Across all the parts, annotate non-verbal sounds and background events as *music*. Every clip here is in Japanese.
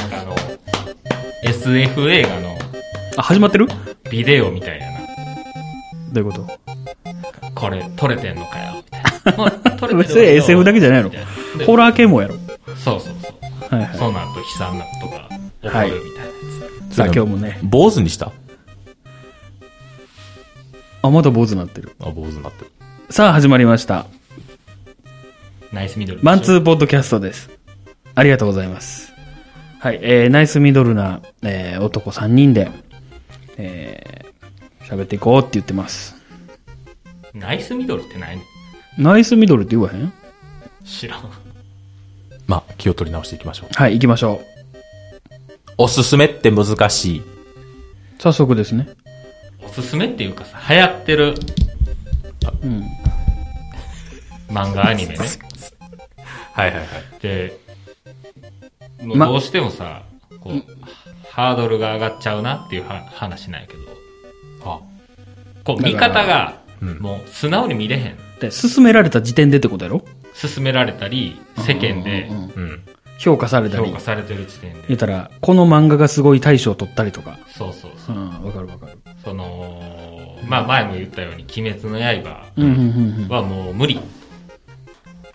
なんかあの、SF 映画のあ、始まってるどビデオみたいやな。ういうことこれ、撮れてんのかよ。みたいな。もう撮れてる *laughs* それ SF だけじゃないのみたな *laughs* ホラー系もやろ。そうそうそう。はいはい。そうなると悲惨なことが起こるみたいなやさあ今日もね。坊主にしたあ、まだ坊主になってる。あ、坊主になってる。さあ始まりました。つ。ナイスミドル。マンツーポッドキャストです。ありがとうございます。はい、えー、ナイスミドルな、えー、男3人で、えー、喋っていこうって言ってます。ナイスミドルって何ナイスミドルって言わへん知らん。まあ、気を取り直していきましょう。はい、行きましょう。おすすめって難しい。早速ですね。おすすめっていうかさ、流行ってるうん。漫画アニメ *laughs* ね。はいはいはい。で、もうまどうしてもさ、こう、ハードルが上がっちゃうなっていうは話なんやけど、あ、こう、だ見から方が、もう素直に見れへん。で、勧められた時点でってことやろ勧められたり、世間でうん。評価された評り価。されてる時点で。言ったら、この漫画がすごい大賞を取ったりとか。そうそううそう。ん、わかるわかる。その、まあ前も言ったように、鬼滅の刃うん、うん、うん。はもう無理。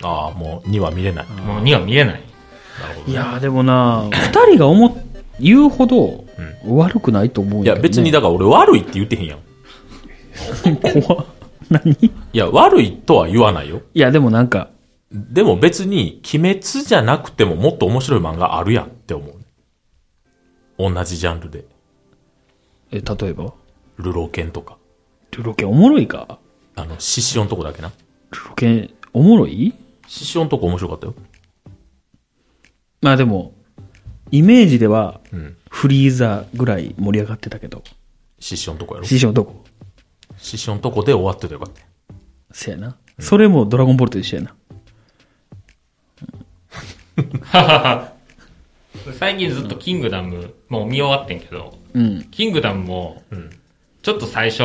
ああ、もう2は見れない。もうには見れない。 *laughs* なるほど、いやーでもな、二人が思っ、言うほど悪くないと思うんいや、別に、だから俺悪いって言ってへんやん。い怖っ何いや、悪いとは言わないよ。や、でもなんか、でも別に、鬼滅じゃなくてももっと面白い漫画あるやんって思う。同じジャンルで。え、例えばルロケンとか。ルロケンおもろいかあの、獅子王のとこだけな。ルロケンおもろい獅子王のとこ面白かったよ。まあでも、イメージでは、うん。フリーザぐらい盛り上がってたけど、獅子王のとこやろ。師匠どこ獅子王のとこで終わっててよかった。せやな。それもドラゴンボールと一緒やな。最近ずっとキングダム、もう見終わってんけど、うん。キングダムも、ちょっと最初、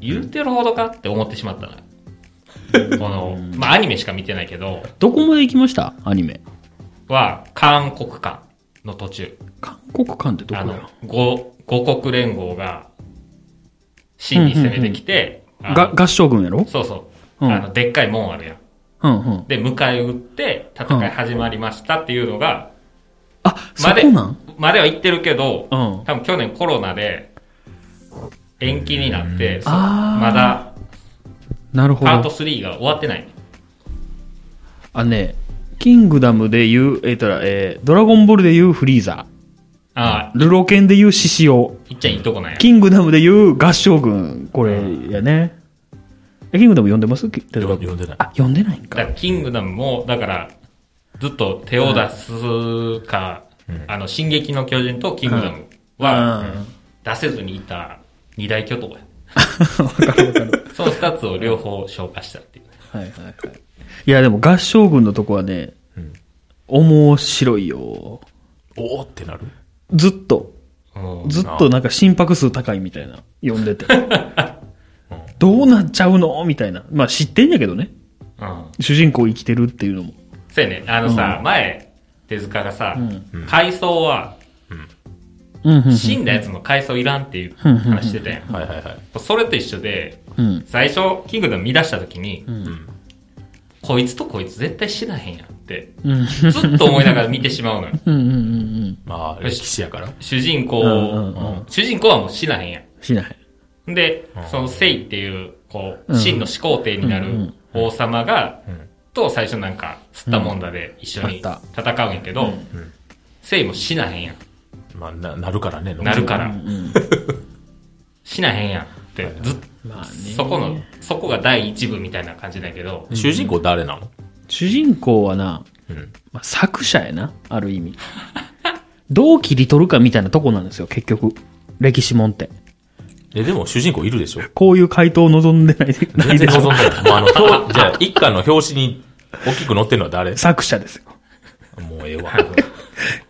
言うてるほどかって思ってしまったな。この、まあ、アニメしか見てないけど、どこまで行きましたアニメ。は、韓国間の途中。韓国館ってどあこのや、五、五国連合が、真に攻めてきて、あのが、合唱軍やろそうそう、うんあの、でっかい門あるやん。うんうん。で、迎え撃って、戦い始まりましたっていうのが、あ、そまでこなん、までは言ってるけど、うん。多分去年コロナで、延期になって、そうあーまだ、なるほど。パート3が終わってない。あのね、キングダムで言う、えっ、とら、えードラゴンボールで言うフリーザ、ああ、ルロケンで言う獅子王、いっちゃんいいとこなんや。キングダムで言う合唱軍、これやね。えキングダム読んでますきよ読んでない。あ、読んでないんだか *laughs* か。らキングダムも、だから、ずっと手を出すか、あの、進撃の巨人とキングダムは、うん出せずにいた二大巨頭や。わかるわかる。その二つを両方消化したっていう。はいはいはい。いや、でも合唱軍のとこはね、面白いよ。おおってなるずっと、うんずっとなんか心拍数高いみたいな、読ん *laughs* でて。どうなっちゃうのみたいな。まあ知ってんやけどね。うん。主人公生きてるっていうのも。そうやね。あのさ、前、手塚がさ、階層は、うん、うん。死んだやつの階層いらんっていう話してたやん。はいはいはい。それと一緒で、うん。最初、キングダム見出した時に、こいつとこいつ絶対死なへんやんって、うんずっと思いながら見てしまう *laughs* のよ。うんうんうんうん。まあ、よ歴し史やから。主人公、うんうんうんうん主人公はもう死なへんやしない。ん。で、その聖っていう、こう、うん真の始皇帝になうんうるん王様が、うんと最初なんか、吸ったもんだで一緒にあっ戦うんやけど、うん聖も死なへんやん。まあ、な、なるからね。なるから、うん。死なへんやんって、ずっまあね。そこの、そこが第一部みたいな感じだけど、主人公誰なの主人公はな、うん。まあ、作者やな、ある意味。どう切り取るかみたいなとこなんですよ、結局。歴史もんって。え、でも主人公いるでしょこういう回答を望んでないでな *laughs* 全い然でし望んょ。でない。もうあの、表じゃあ、一巻の表紙に大きく載ってるのは誰作者ですよ。もうええわ。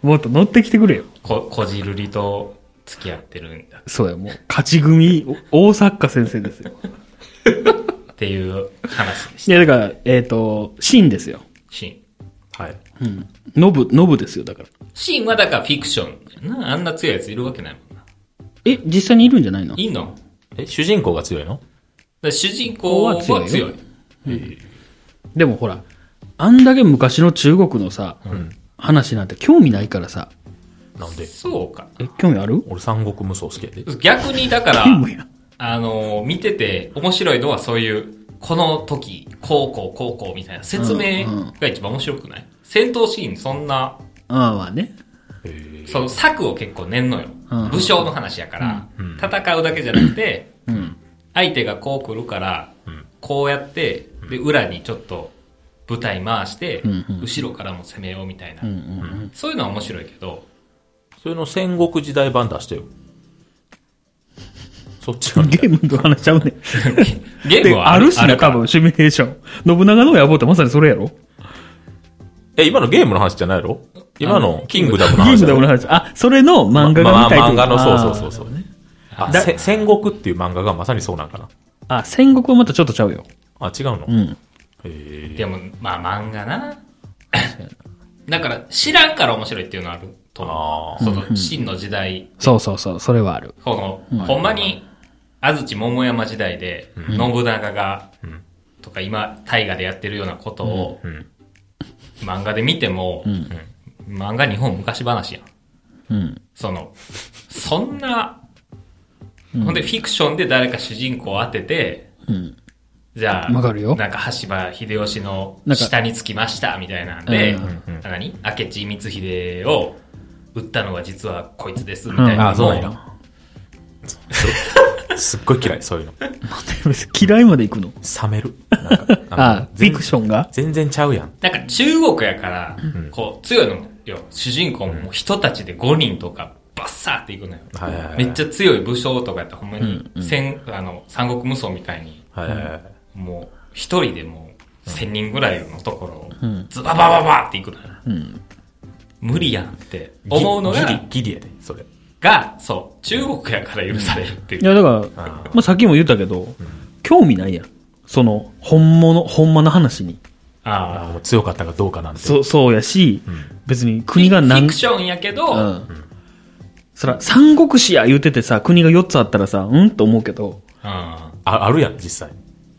もっと乗ってきてくれよ。こ、こじるりと付き合ってるんだ。そうや、もう、勝ち組、お大作家先生ですよ。っていう話でしいや、だから、えっ、と、シーンですよ。た。シはい。うん。ノブ、ノブですよ、だかーら。ン。シーンはだからフィクションやな。あんな強いやついるわけないもんな。え、実際にいるんじゃないのいいのだかえ、主人公が強いのら主人公は強い。強いよでもほら、あんだけ昔の中国のさ、話なんて興味ないからさ。なんでそうか。え、興味ある俺三国無双好きやで。逆にだ *laughs* から、興味や。あのー見てて面白いのはそういう、この時、こうこうこうこうみたいな説明が一番面白くない、戦闘シーンそんな、ああ、まあね。えその策を結構練んのよ。うん武将の話やから、戦うだけじゃなくて、うん。相手がこう来るから、こうやって、で、裏にちょっと舞台回して、んうん後ろからも攻めようみたいな、うんうんうん。そういうのは面白いけど、 *laughs* それの戦国時代版出してよ。そっちのゲームの話しちゃうね。ゲーでムはあるしあな、るか多ら分、シミュレーション。信長の野望ってまさにそれやろえ、今のゲームの話じゃないやろ今のキングダムゲの話ーじムゃなだいもの話。あ、それの漫画がま見たいあってこと漫画の、そうそうあーそうそう。あ、せ戦国っていう漫画がまさにそうなんかな。あ、戦国はまたちょっとちゃうよ。あ、違うの、うん。えでも、まあ漫画 *laughs* な。だから、知らんから面白いっていうのはあると思あう。その、真の時代、そうそうそう、それはある。この、ほんまに、安土桃山時代で、信長が、とか今、大河でやってるようなことをうんうん、漫画で見ても、漫画日本昔話やん。うん。その、そんな、ほんで、フィクションで誰か主人公を当てて、うん。じゃあ、わかるよなんか、羽柴秀吉のなんか下につきました、みたいなんで、うんなんか何明智光秀を撃ったのは実はこいつです、みうんたいなあ、そうな *laughs* んのをや。すっごい嫌い、そういうの。別に嫌いまで行くの冷める。なんかあ、フィクョン。ションが全然ちゃうやん。なんか中国やから、こう、強いのよ。主人公ももう人たちで5人とか、バッサーっていくのよ。はいはいはい。めっちゃ強い武将とかやったらほんまにん、うん戦あの、三国無双みたいに、はいはいはい。もう、一人でもう、千人ぐらいのところをん、ズババババっていくのよ。うん。無理やんって思うのギがリ、、ギリやで、それ。が、そう、中国やから許されるっていう。いや、だから、あーまあ、さっきも言ったけど、興味ないやん。その、本物、本間の話に。ああーもう強かったかどうかなんて。そう、そうやし、別にあ。国がフィ何ク、ションやけうど、ん。そら、三国志や言うててさ、国が4つあったらさ、うんと思うけど、ああ、あるやん、実際。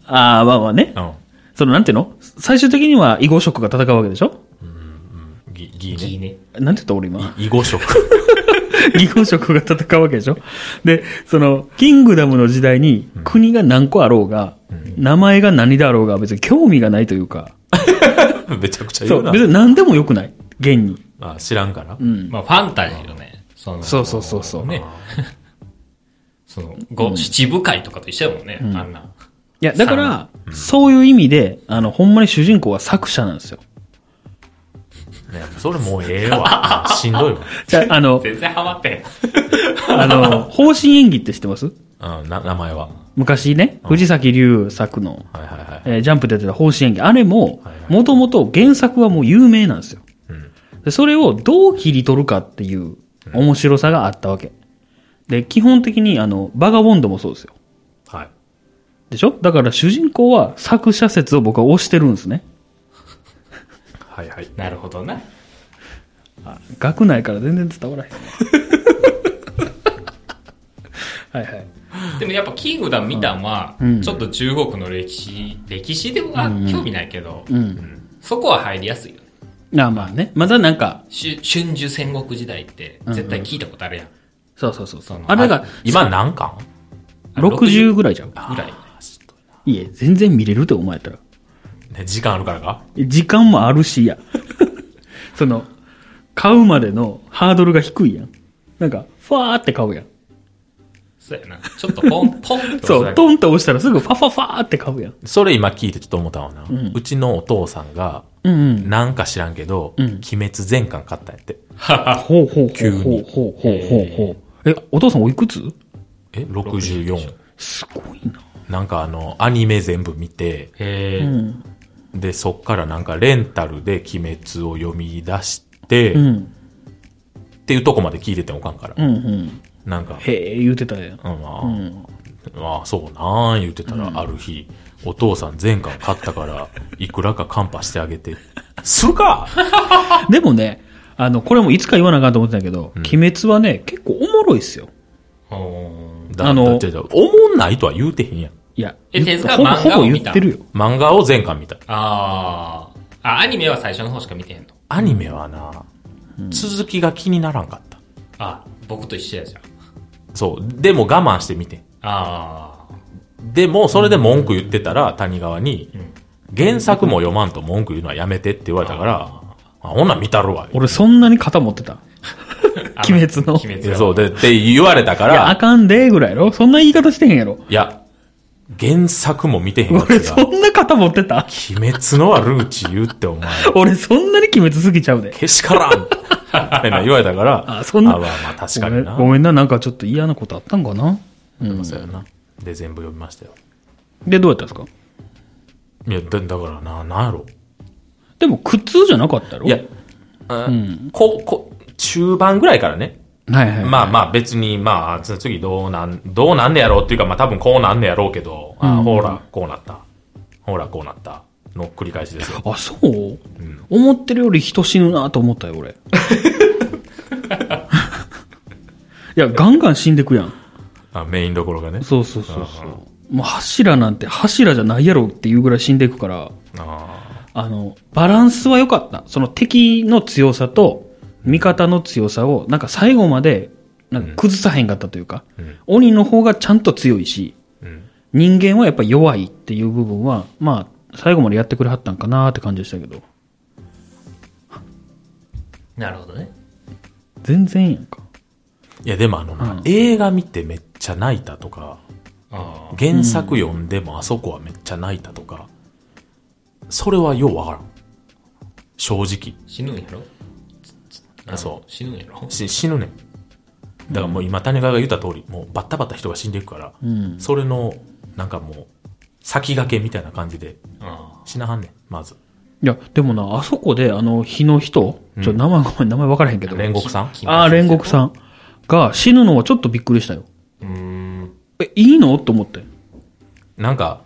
ああ、まあまあね。うん。その、なんていうの最終的には、囲碁職が戦うわけでしょぎ、ぎいいね。ね。なんて言った俺 *laughs* 今。囲碁職。 *laughs* 日本色が戦うわけでしょで、その、キングダムの時代に国が何個あろうが、名前が何であろうが別に興味がないというか、めちゃくちゃそ言うう、な。別に何でもよくない。現に。あ、知らんから。うん。まあ、ファンタジーよね。そのそうそうそうそう。ね。 *laughs* その、ご、七部会とかと一緒やもんね、あんな。いや、だから、そういう意味で、あの、ほんまに主人公は作者なんですよ。ねそれもうええ *laughs* わ。しんどいわ。じゃあ、あ *laughs* の、全然ハマってん。 *laughs* あの、方針演技って知ってますうん、な、名前は。昔ね、藤崎龍作の、はいはいはい。えージャンプでやってた方針演技。あれもはいは、いもともと原作はもう有名なんですよ。うん。で、それをどう切り取るかっていう面白さがあったわけ。で、基本的にあの、バガボンドもそうですよ。はい。でしょだから主人公は作者説を僕は推してるんですね。はいはい。なるほどな。学内から全然伝わ *laughs* らへん。はいはい。でもやっぱ、キングダム見たんはうん、ちょっと中国の歴史、歴史では興味ないけど、うん。そこは入りやすいよね。まあまあね。まだなんか、しゅ春秋戦国時代って、絶対聞いたことあるやん。そうそうそう。そそのあれが、今何巻60ぐらいじゃん。ぐらい。いえ、全然見れるって思えたら。ね、時間あるからか時間もある *laughs* しや。その、買うまでのハードルが低いやん。なんか、ファーって買うやん。そうやな。ちょっとポ *laughs* ン、ポンと押そう、すだけトンと押したらすぐファファファーって買うやん。それ今聞いてちょっと思ったわな。うちのお父さんが、うんうん。なんか知らんけど、うん鬼滅全巻買ったんやって。ほうほうほ急うほうにほうほうほうほう。え、お父さんおいくつえ ?64。すごいな。なんかあの、アニメ全部見て、へうえ。ん。で、そっからなんかレンタルで鬼滅を読み出して、うっん。ていうとこまで聞いてておかんから。うんうん。なんか、へえ、言うてたやん。うん、まあ、うん。まあ、そうなーん言ってたら、ある日、お父さん全巻買ったから、いくらかカンパしてあげて。するかでもね、あの、これもいつか言わなあかんと思ってたけど、鬼滅はね、結構おもろいっすよ。うんだあのだってだおもんないとは言うてへんやん。いや、え手塚ほぼ漫ほ画ぼを言見ったてるよ。漫画を全巻見た。あーあ。アニメは最初の方しか見てへんの。アニメはな、続きが気にならんかった。あ、僕と一緒やじゃん。そう。でも我慢してみてん。ああ。でも、それで文句言ってたら、谷川にん、原作も読まんと文句言うのはやめてって言われたから、あ、ほんなん見たるわ。俺そんなに肩持ってた。あ鬼滅の鬼滅でやそうで、って言われたかいや、あら、かんで、ぐらいやろそんな言い方してへんやろ。いや、原作も見てへんや俺つが、そんな肩持ってた鬼滅のはルーチ言うってお前、俺そんなに鬼滅すぎちゃうで。けしからんみたいな言われたから、 *laughs* あ、そんな。あまあまあ確かにな。ごめん。ごめんな、なんかちょっと嫌なことあったんかなうん。そうやな。で、全部読みましたよ。で、どうやったんですかいや、だだからな、なんやろ。でも、苦痛じゃなかったろいや、、うん、こ、こ、中盤ぐらいからね、はいはい。まあまあ別に、まあ、次どうなん、どうなんねやろうっていうか、まあ多分こうなんねやろうけど、あうんほら、こうなった。ほら、こうなった。の繰り返しですよ。あ、そう、思ってるより人死ぬなと思ったよ、俺。いや、ガンガン死んでくやん。あメインどころがね。そうそうそうそう。もう柱なんて柱じゃないやろっていうぐらい死んでいくから、ああの、バランスは良かった。その敵の強さと味方の強さを、なんか最後まで、なんか崩さへんかったというか、ん鬼の方がちゃんと強いし、ーうん。人間はやっぱ弱いっていう部分は、まあ、最後までやってくれはったんかなって感じでしたけど、なるほどね。全然やんか。いや、でもあのな、映画見てめっちゃ泣いたとか、あ原作読んでもあそこはめっちゃ泣いたとか、それはようわからん。正直。ー死ぬんやろ。あそう死ぬんやろし死ぬねん。だからもう今谷川が言った通り、もうバッタバタ人が死んでいくから、うん。それの、なんかもう、先駆けみたいな感じであ死なはんねん、まず。いや、でもな、あそこで、あの、日の人、ちょ、名前ごめん、名前分からへんけど。煉獄さんああ、煉獄さんが死ぬのはちょっとびっくりしたよ。ーうーん。え、いいのと思って。なんか、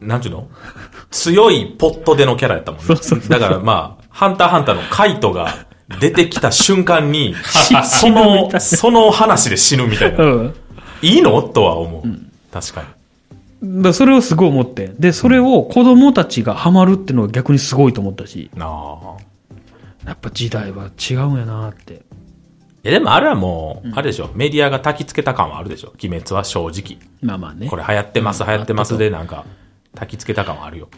なんちゅうの強いポットでのキャラやったもんね。そうそうそうだからまあ、ハンターハンターのカイトが出てきた瞬 *laughs* 間に、そみたいの、その話で死ぬみたい *laughs* うな。ん。いいのとは思う。確かに。だからそれをすごい思って。で、それを子供たちがハマるってのが逆にすごいと思ったし、なあ。やっぱ時代は違うんやなって。いやでもあれはもう、あれでしょ、メディアが焚き付けた感はあるでしょ。鬼滅は正直。まあまあね。これ流行ってます、流行ってまあすったで、なんか、焚き付けた感はあるよ。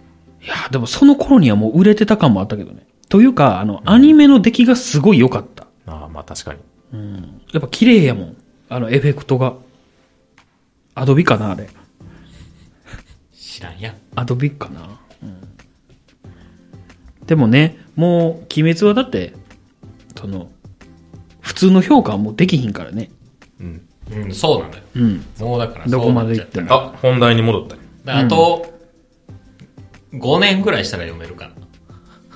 いや、でもその頃にはもう売れてた感もあったけどね。というか、あの、アニメの出来がすごい良かった。ああ、まあ確かに。うん。やっぱ綺麗やもん。あの、エフェクトが。アドビかな、あれ。知らんやん。アドビかな、でもねもう鬼滅はだってその普通の評価はもうできひんからねうん。うん、そうなんだよ。うんもうだからどこまでい行ってもあ、本題に戻ったね。あと、5年ぐらいしたら読めるかな。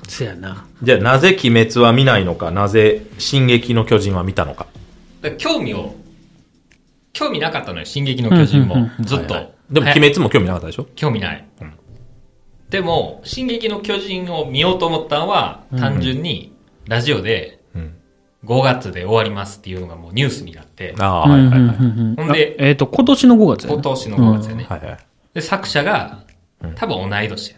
せやなじゃあなぜ鬼滅は見ないのか、なぜ進撃の巨人は見たのか。だから興味を、興味なかったのよ、進撃の巨人うんうんもうんう。んずっはいと。はいでもは鬼い滅も興味なかったでしょ興味ない。でも、進撃の巨人を見ようと思ったのは、単純に、ラジオで、うん。 5月で終わりますっていうのがもうニュースになって、ああ、はいはいはい。ほんであえっ、と今年の5月や今な年の5月やね。はいはい。で、作者が、多分同い年や。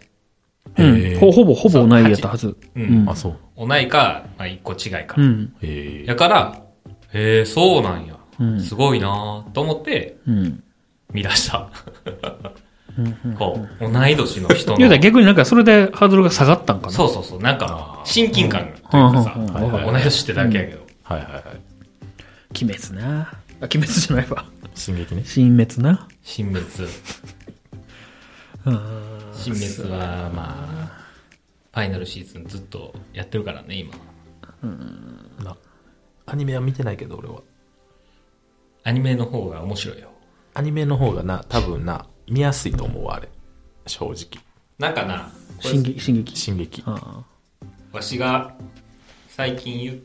うん、ほほぼほぼ同いやったはずうんうんあ、そう。同いか、まあ一個違いか。うんへえ。やから、へえ、そうなんや。うんすごいなと思って、うん見出した。うんうんこう、同い年の人言うたらの。逆になんかそれでハードルが下がったんかなそうそうそう、なんか、親近感というかさ、うんうんうんはいはい同い年ってだけやけど。はいはいはい。鬼滅なあ鬼滅じゃないわ進撃ね。新滅な新滅。うん新滅は、まあ、ファイナルシーズンずっとやってるからね、今。な。アニメは見てないけど、俺は。アニメの方が面白いよ。アニメの方がな、多分な、見やすいと思うわ、あれ。正直。なんかな、これ進撃進撃進撃。あわしが最近言う、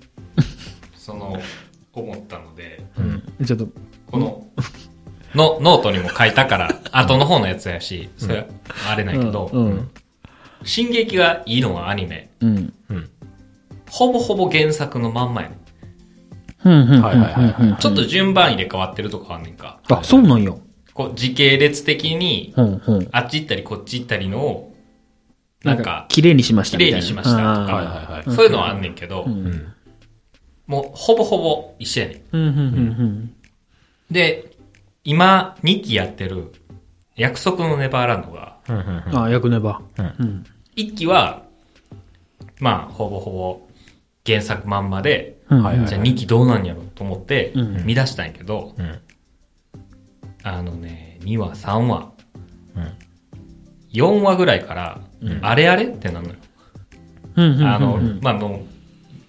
その、思ったので、あちょっとこの、の、ノートにも書いた *laughs* から、後の方のやつやし、それはあれないけど、うん。進撃がいいのはアニメ。うん。ほぼほぼ原作のまんまやねうん。うん。はいはいはいはいい。ちょっと順番入れ替わってるとこあんねんか。あ、そうなんや。こう、時系列的に、うん。うん。あっち行ったりこっち行ったりのを、なんか、綺麗にしました綺みた麗いな。にしましたとあーはいか、はいはい。そういうのはあんねんけど、んうん。もうほぼほぼ一緒やねん。うん。うん。うん。で、今、2期やってる、約束のネバーランドが、うんうんうん。あー、役ねば。うんうん。 1期は、まあ、ほぼほぼ原作まんまで、うん。はいはいじゃあ2期どうなんやろうと思ってうん、見出したんやけど、うんあのね、2話、3話、うん4話ぐらいから、あれあれってなるのよ。うん。うん。あのうんうん、まあも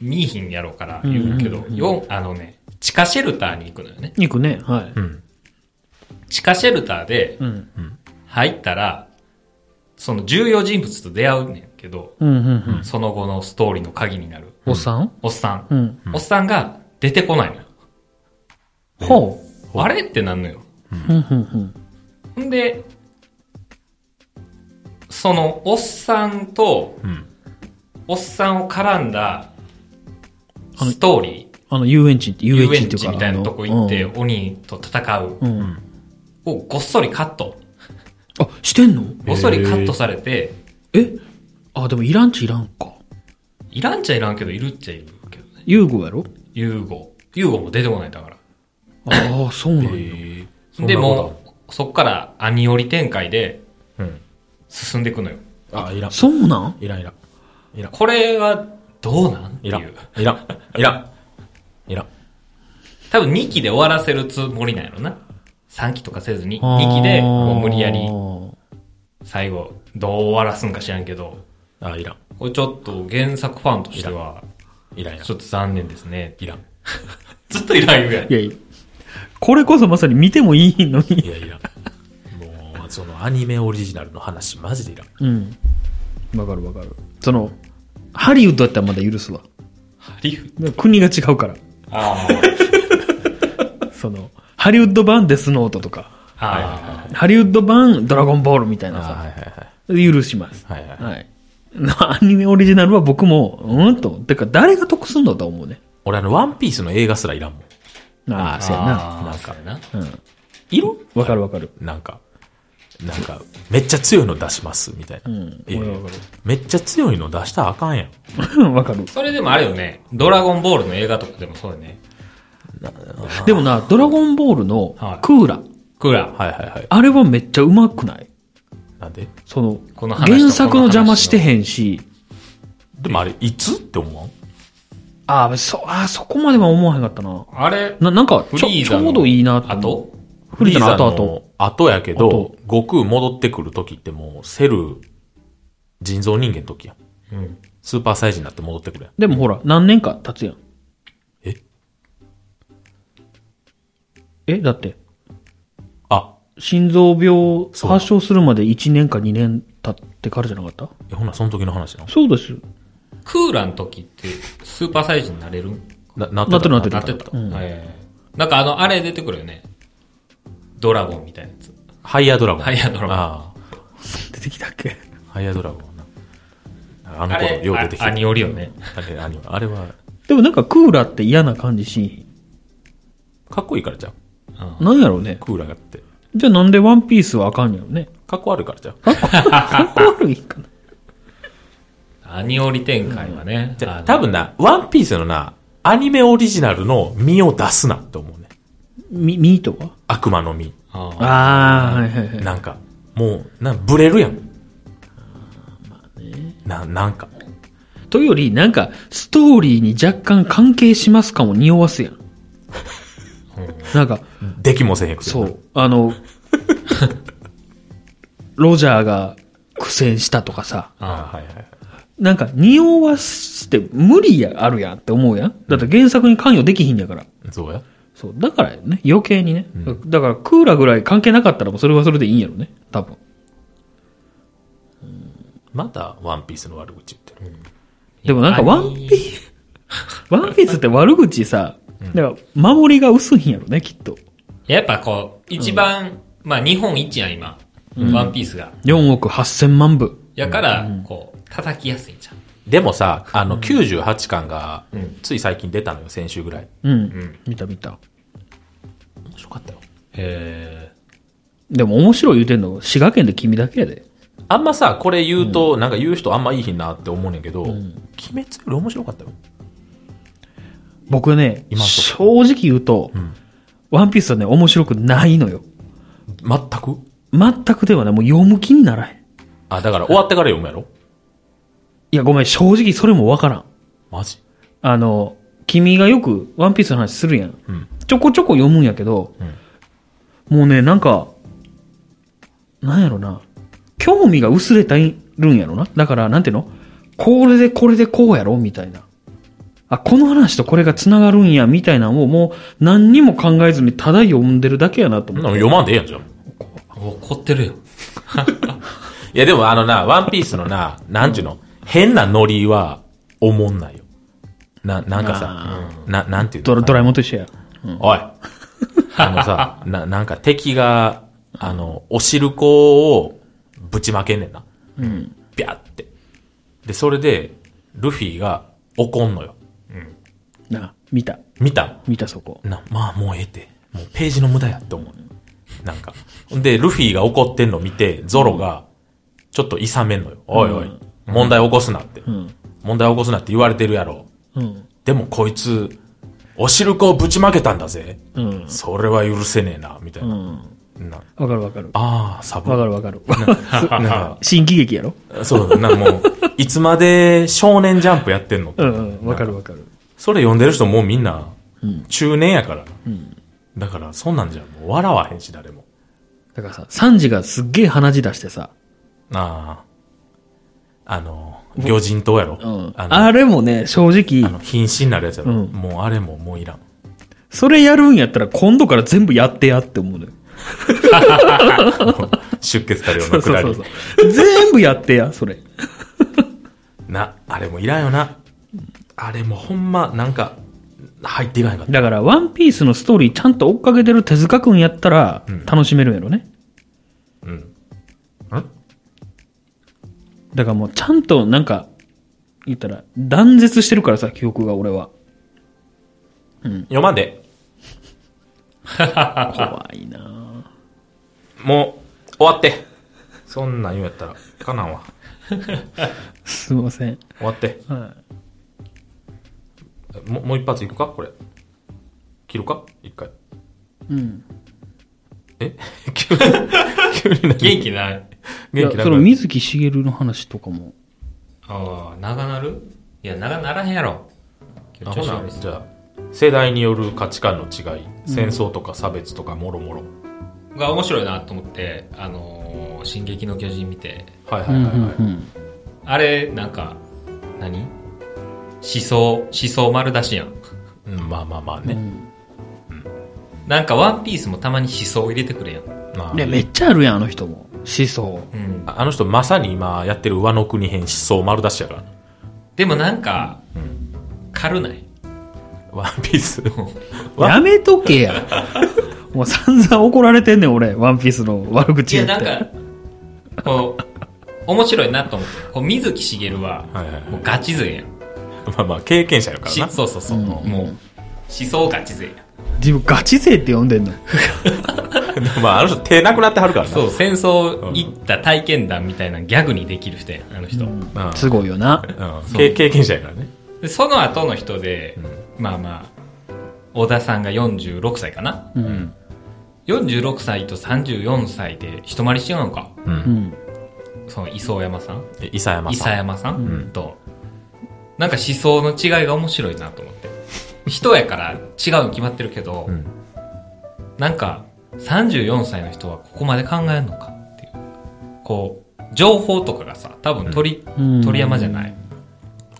う、見いひんやろうから言うけど、うんうんうんよんあのね、地下シェルターに行くのよね。行くね。はい。うん。地下シェルターでうん。入ったら、その重要人物と出会うねんけど、うん。うん。うん。その後のストーリーの鍵になる、おっさんおっさん。うん。おっさんが出てこないのよ。ほあれってなんのよ。う。うん。うん。ほんで、そのおっさんと、うんおっさんを絡んだストーリー、あの、遊園地って、遊遊園園地って地いうか。みたいなとこ行ってあの。鬼と戦ううんうん。をごっそりカット。あ、してんのごっそりカットされて、えあ、でもいらんちいらんか。いらんちゃいらんけど、いるっちゃいるけどね。ユーゴやろユーゴ。ユーゴも出てこないんだから。ああ、そうなんや。えーで、も、うそっからアニオリ展開でうん。進んでいくのよ。あ、いらん。そうなんいらんいらん。いらん。これはどうなんっていいらんう。。いらん。いらん。いらん。多分2期で終わらせるつもりなんやろな。3期とかせずに、2期でもう無理やり最後、どう終わらすんか知らんけど、あ、いらん。これちょっと原作ファンとしては、いらんいらんち。ょっと残念ですね。いらん。ずっといらん言うやんい。やいや、これこそまさに見てもいいのに。いやいらん。もう、そのアニメオリジナルの話、マジでいらん。うん。わかるわかる。その、ハリウッドだったらまだ許すわ。ハリウッでも国が違うから。ド。あ *laughs* その、ハリウッド版デスノートとか、あ。ああ。ハリウッド版ドラゴンボールみたいなさ、はいはい。許します。はいはいはい。 *laughs* アニメオリジナルは僕も、うんと。てか、誰が得すんだと思うね。俺あの、ワンピースの映画すらいらんもん。ああ、そうやな。ああ、なんかな。うん。いるわかるわかる。なんか、なんか、めっちゃ強いの出します、みたいな。うんいやいやわかるめっちゃ強いの出したらあかんやん。うん *laughs* わかる。それでもあれよね、ドラゴンボールの映画とかでもそうだよね。でもな、ドラゴンボールのはいクーラ、クーラー。はいはいはい。あれはめっちゃうまくないなんでその、この話と原作の邪魔してへんし、でもあれ、いつって思わんああ、そ、ああ、そこまでは思わへんかったな。あれ、な、なんか、フちょ、リーちザのょうどいいなあとフリーザの後フリ々。の後やけど後、悟空戻ってくる時ってもう、セル、人造人間の時やん。うん。スーパーサイジになって戻ってくるやん。でもほら、何年か経つやん。ええ、だって、あ、心臓病そう発症するまで1年か2年経ってからじゃなかったえほな、その時の話なそうです。クーラーの時って、スーパーサイズになれるな、なっなってるなってるなってた。うんええなんかあの、あれ出てくるよね。ドラゴンみたいなやつ。ハイヤードラゴン。ハイヤードラゴンあ出てきたっけあ、ハイヤードラゴンな。ああの頃、れ、よう出てきあた。あアニオリよね。れ、あれあれは、でもなんかクーラーって嫌な感じし、かっこいいからじゃん。なんやろうね。クーラーがあって。じゃあなんでワンピースはあかんやろね。かっこ悪いからじゃん。か *laughs* っこ悪いかな。アニオリ展開はね。じゃああの多分な、ワンピースのな、アニメオリジナルの身を出すなって思うね。ミ、ミートは悪魔の身。ああああ、はいはいはい。なんか、もう、な、ブレるやん。な、なんか。というより、なんか、ストーリーに若干関係しますかも匂わすやん。なんか、できもせへんくせにそなう、あの、 *laughs* ロジャーが苦戦したとかさ、あはいはい。なんか匂わして無理や、あるやんって思うやん。だって原作に関与できひんやから。そうや。そう、だからよね、余計にね。だから、クーラーぐらい関係なかったらもうそれはそれでいいんやろね、多分。また、ワンピースの悪口言ってる。でもなんかワンピース、ワンピースって悪口さ、だから守りが薄いんやろね、きっと。やっぱこう、一番、まあ日本一やん今、ワンピースが。 4億8000万部。やから、こう、叩きやすいんじゃん。でもさ、あの、98巻がうん、つい最近出たのよ、先週ぐらい。うん。ん見た見た。面白かったよ。へでも面白い言うてんの、滋賀県で君だけやで。あんまさ、これ言うと、なんか言う人あんまいいひんなって思うねんけど、鬼滅より面白かったよ。僕ね、今のと正直言うと、ワンピースはね、面白くないのよ。全く全くではね、もう読む気にならへん。あ、だから終わってから読むやろいや、ごめん、正直それもわからん。マジあの、君がよくワンピースの話するやん。うん。ちょこちょこ読むんやけど、もうね、なんか、なんやろな。興味が薄れたいるんやろな。だから、なんていうのこれでこれでこうやろみたいな。あ、この話とこれが繋がるんや、みたいなのをもう何にも考えずにただ読んでるだけやなとそん思なっのて。読まんでええやんじゃん。ー怒ってるよ。いやでもあのな、ワンピースのな、なんちゅうの、変なノリは、おもんないよ。な、なんかさ、な、なんていうのドラドラえもんと一緒や。おいあの *laughs* さ、な、なんか敵が、あの、お汁粉をぶちまけんねんな。うん。ビャって。で、それで、ルフィが怒んのよ。なあ、見た。見た見たそこ。な、まあもうええって。もうページの無駄やって思う。なんか。で、ルフィが怒ってんの見て、ゾロが、ちょっといさめんのよ。おいおい、問題起こすなって。問題起こすなって言われてるやろ。うん。でもこいつ、お汁粉をぶちまけたんだぜ。うん。それは許せねえな、みたいな。なわかるわかる。ああ、サブ。わかるわかる。な *laughs* 新喜劇やろそう、なん *laughs* かもう、いつまで少年ジャンプやってんの、うんうん。わかるわかる。それ読んでる人もうみんな、中年やから。だから、そんなんじゃ、もう笑わへんし、誰も。だからさ、サンジがすっげえ鼻血出してさ、ああ。あの、魚人島やろ。うん。あの、あれもね、正あ直の、瀕死になるやつやろ。うんもう、あれももういらん。それやるんやったら今度から全部やってやって思うのよ。出血たるようそなうくそうだそりう。そう。全部やってや、それ。な、あれもいらんよな。あれもほんま、なんか、入っていかへんかった。だから、ワンピースのストーリーちゃんと追っかけてる手塚くんやったら、楽しめるんやろね。うん。だからもうちゃんとなんか、言ったら、断絶してるからさ、記憶が俺は。読まんで。怖いなもう、終わって。そんなん言うやったら、かなんわ。ぁすいません。終わって。はももう一発いくかこれ。切るか一回。 *laughs* い。うん。え急に、急に何元気ない。いや元気なそのくなる。水木しげるの話とかも。ああ、長なるいや、長ならへんやろ。あほなじゃあ、世代による価値観の違い、戦争とか差別とかもろもろ。が面白いなと思って、あのー進撃の巨人見て、はいはいはいはい。うん。あれ、なんか、何思想、思想丸出しやん。うんまあまあまあね。なんかワンピースもたまに思想を入れてくれやん。まあね、めっちゃあるやん、あの人も。思想。うん。ああの人まさに今やってる上の国編思想丸出しやからな。でもなんか、軽ない。ワンピース。わやめとけ *laughs* や。もう散々怒られてんねん、俺。ワンピースの悪い口言や、って。なんか、こう、面白いなと思って。こう、水木しげるは、はいはいはいもうガチ勢やん。まあまあ、経験者やからし *laughs* な。そうそうそう。もう、思想ガチ勢やん。自分ガチ勢って呼んでんの。まあ、あの人手なくなってはるからな。そう、戦争行った体験談みたいなギャグにできる人やん、あの人。うんすごいよな。うん経経験者やからね。でその後の人で、まあまあ、小田さんが46歳かな、うん。 ?46 歳と34歳で一回り違うのかう。うんん。その磯山さんえ伊佐山伊さ佐ん。山さん、と、なんか思想の違いが面白いなと思って。人やから違うに決まってるけど、うんなんか34歳の人はここまで考えるのかっていう。こう、情報とかがさ、多分鳥、うん鳥山じゃない。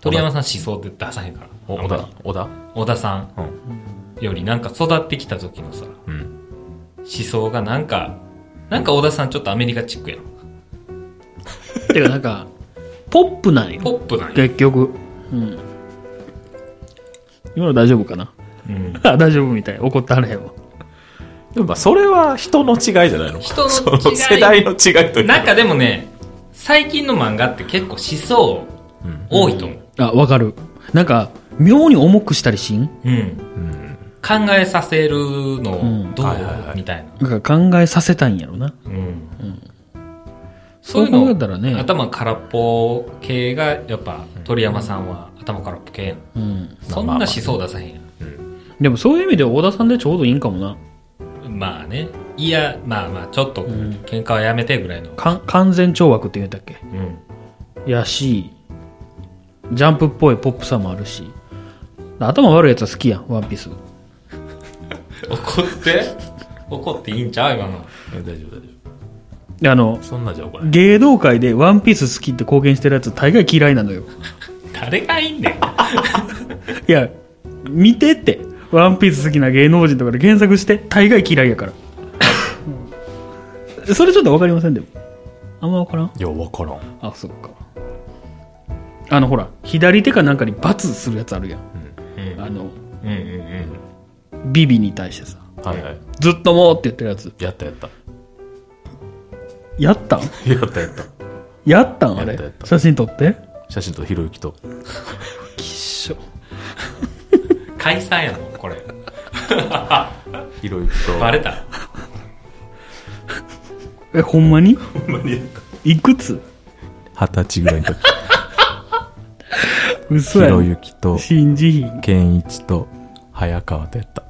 鳥山さん思想って出さへんから。お小田。小田小田さんよりなんか育ってきた時のさ、うん。思想がなんか、なんか小田さんちょっとアメリカチックやん。てかなんか、ポップなんよ。ポップなんや。結局。うん。今の大丈夫かなうん。あ、大丈夫みたい。怒ってはれへんわ。でもまあそれは人の違いじゃないの人の違いその世代の違いというなんかでもね、最近の漫画って結構思想うん多いと思う。あ、わかる。なんか、妙に重くしたりしんうん。うん考えさせるのをどう、はいはいはいみたいな。なんか考えさせたいんやろな。うん。そういうの考えたらね。頭空っぽ系が、やっぱ鳥山さんは頭空っぽ系やん。うん。そんな思想出さへんやん。でもそういう意味では小田さんでちょうどいいんかもな。まあね。いや、まあまあ、ちょっと喧嘩はやめてぐらいの。かん完全懲悪って言うんだっけうん。やし、ジャンプっぽいポップさもあるし。頭悪いやつは好きやん、ワンピース。怒って怒っていいんちゃう今の。いや大丈夫大丈であの夫、そんなじゃ怒らない芸能界でワンピース好きって公言してるやつ大概嫌いな *laughs* のよ。誰がいいんねん。いや、見てって。ワンピース好きな芸能人とかで検索して、大概嫌いやから。それちょっとわかりませんでも。あんまわからんいや分からんあ、そっか。あの、ほら、左手かなんかに罰するやつあるやん。うん。あの、うんうんうん。ビビに対してさ。はいはいずっともうって言ってるやつ。やったやったやったんやったやったやったんあやっれたやっ。た写真撮って。写真とひろゆきときっしょ。解散やもん、これ。ひろゆきとバレた。え、ほんまにいくつ二十歳ぐらいの時ひ嘘やろん。ゆきと *laughs* 信じひん。健一と早川とやった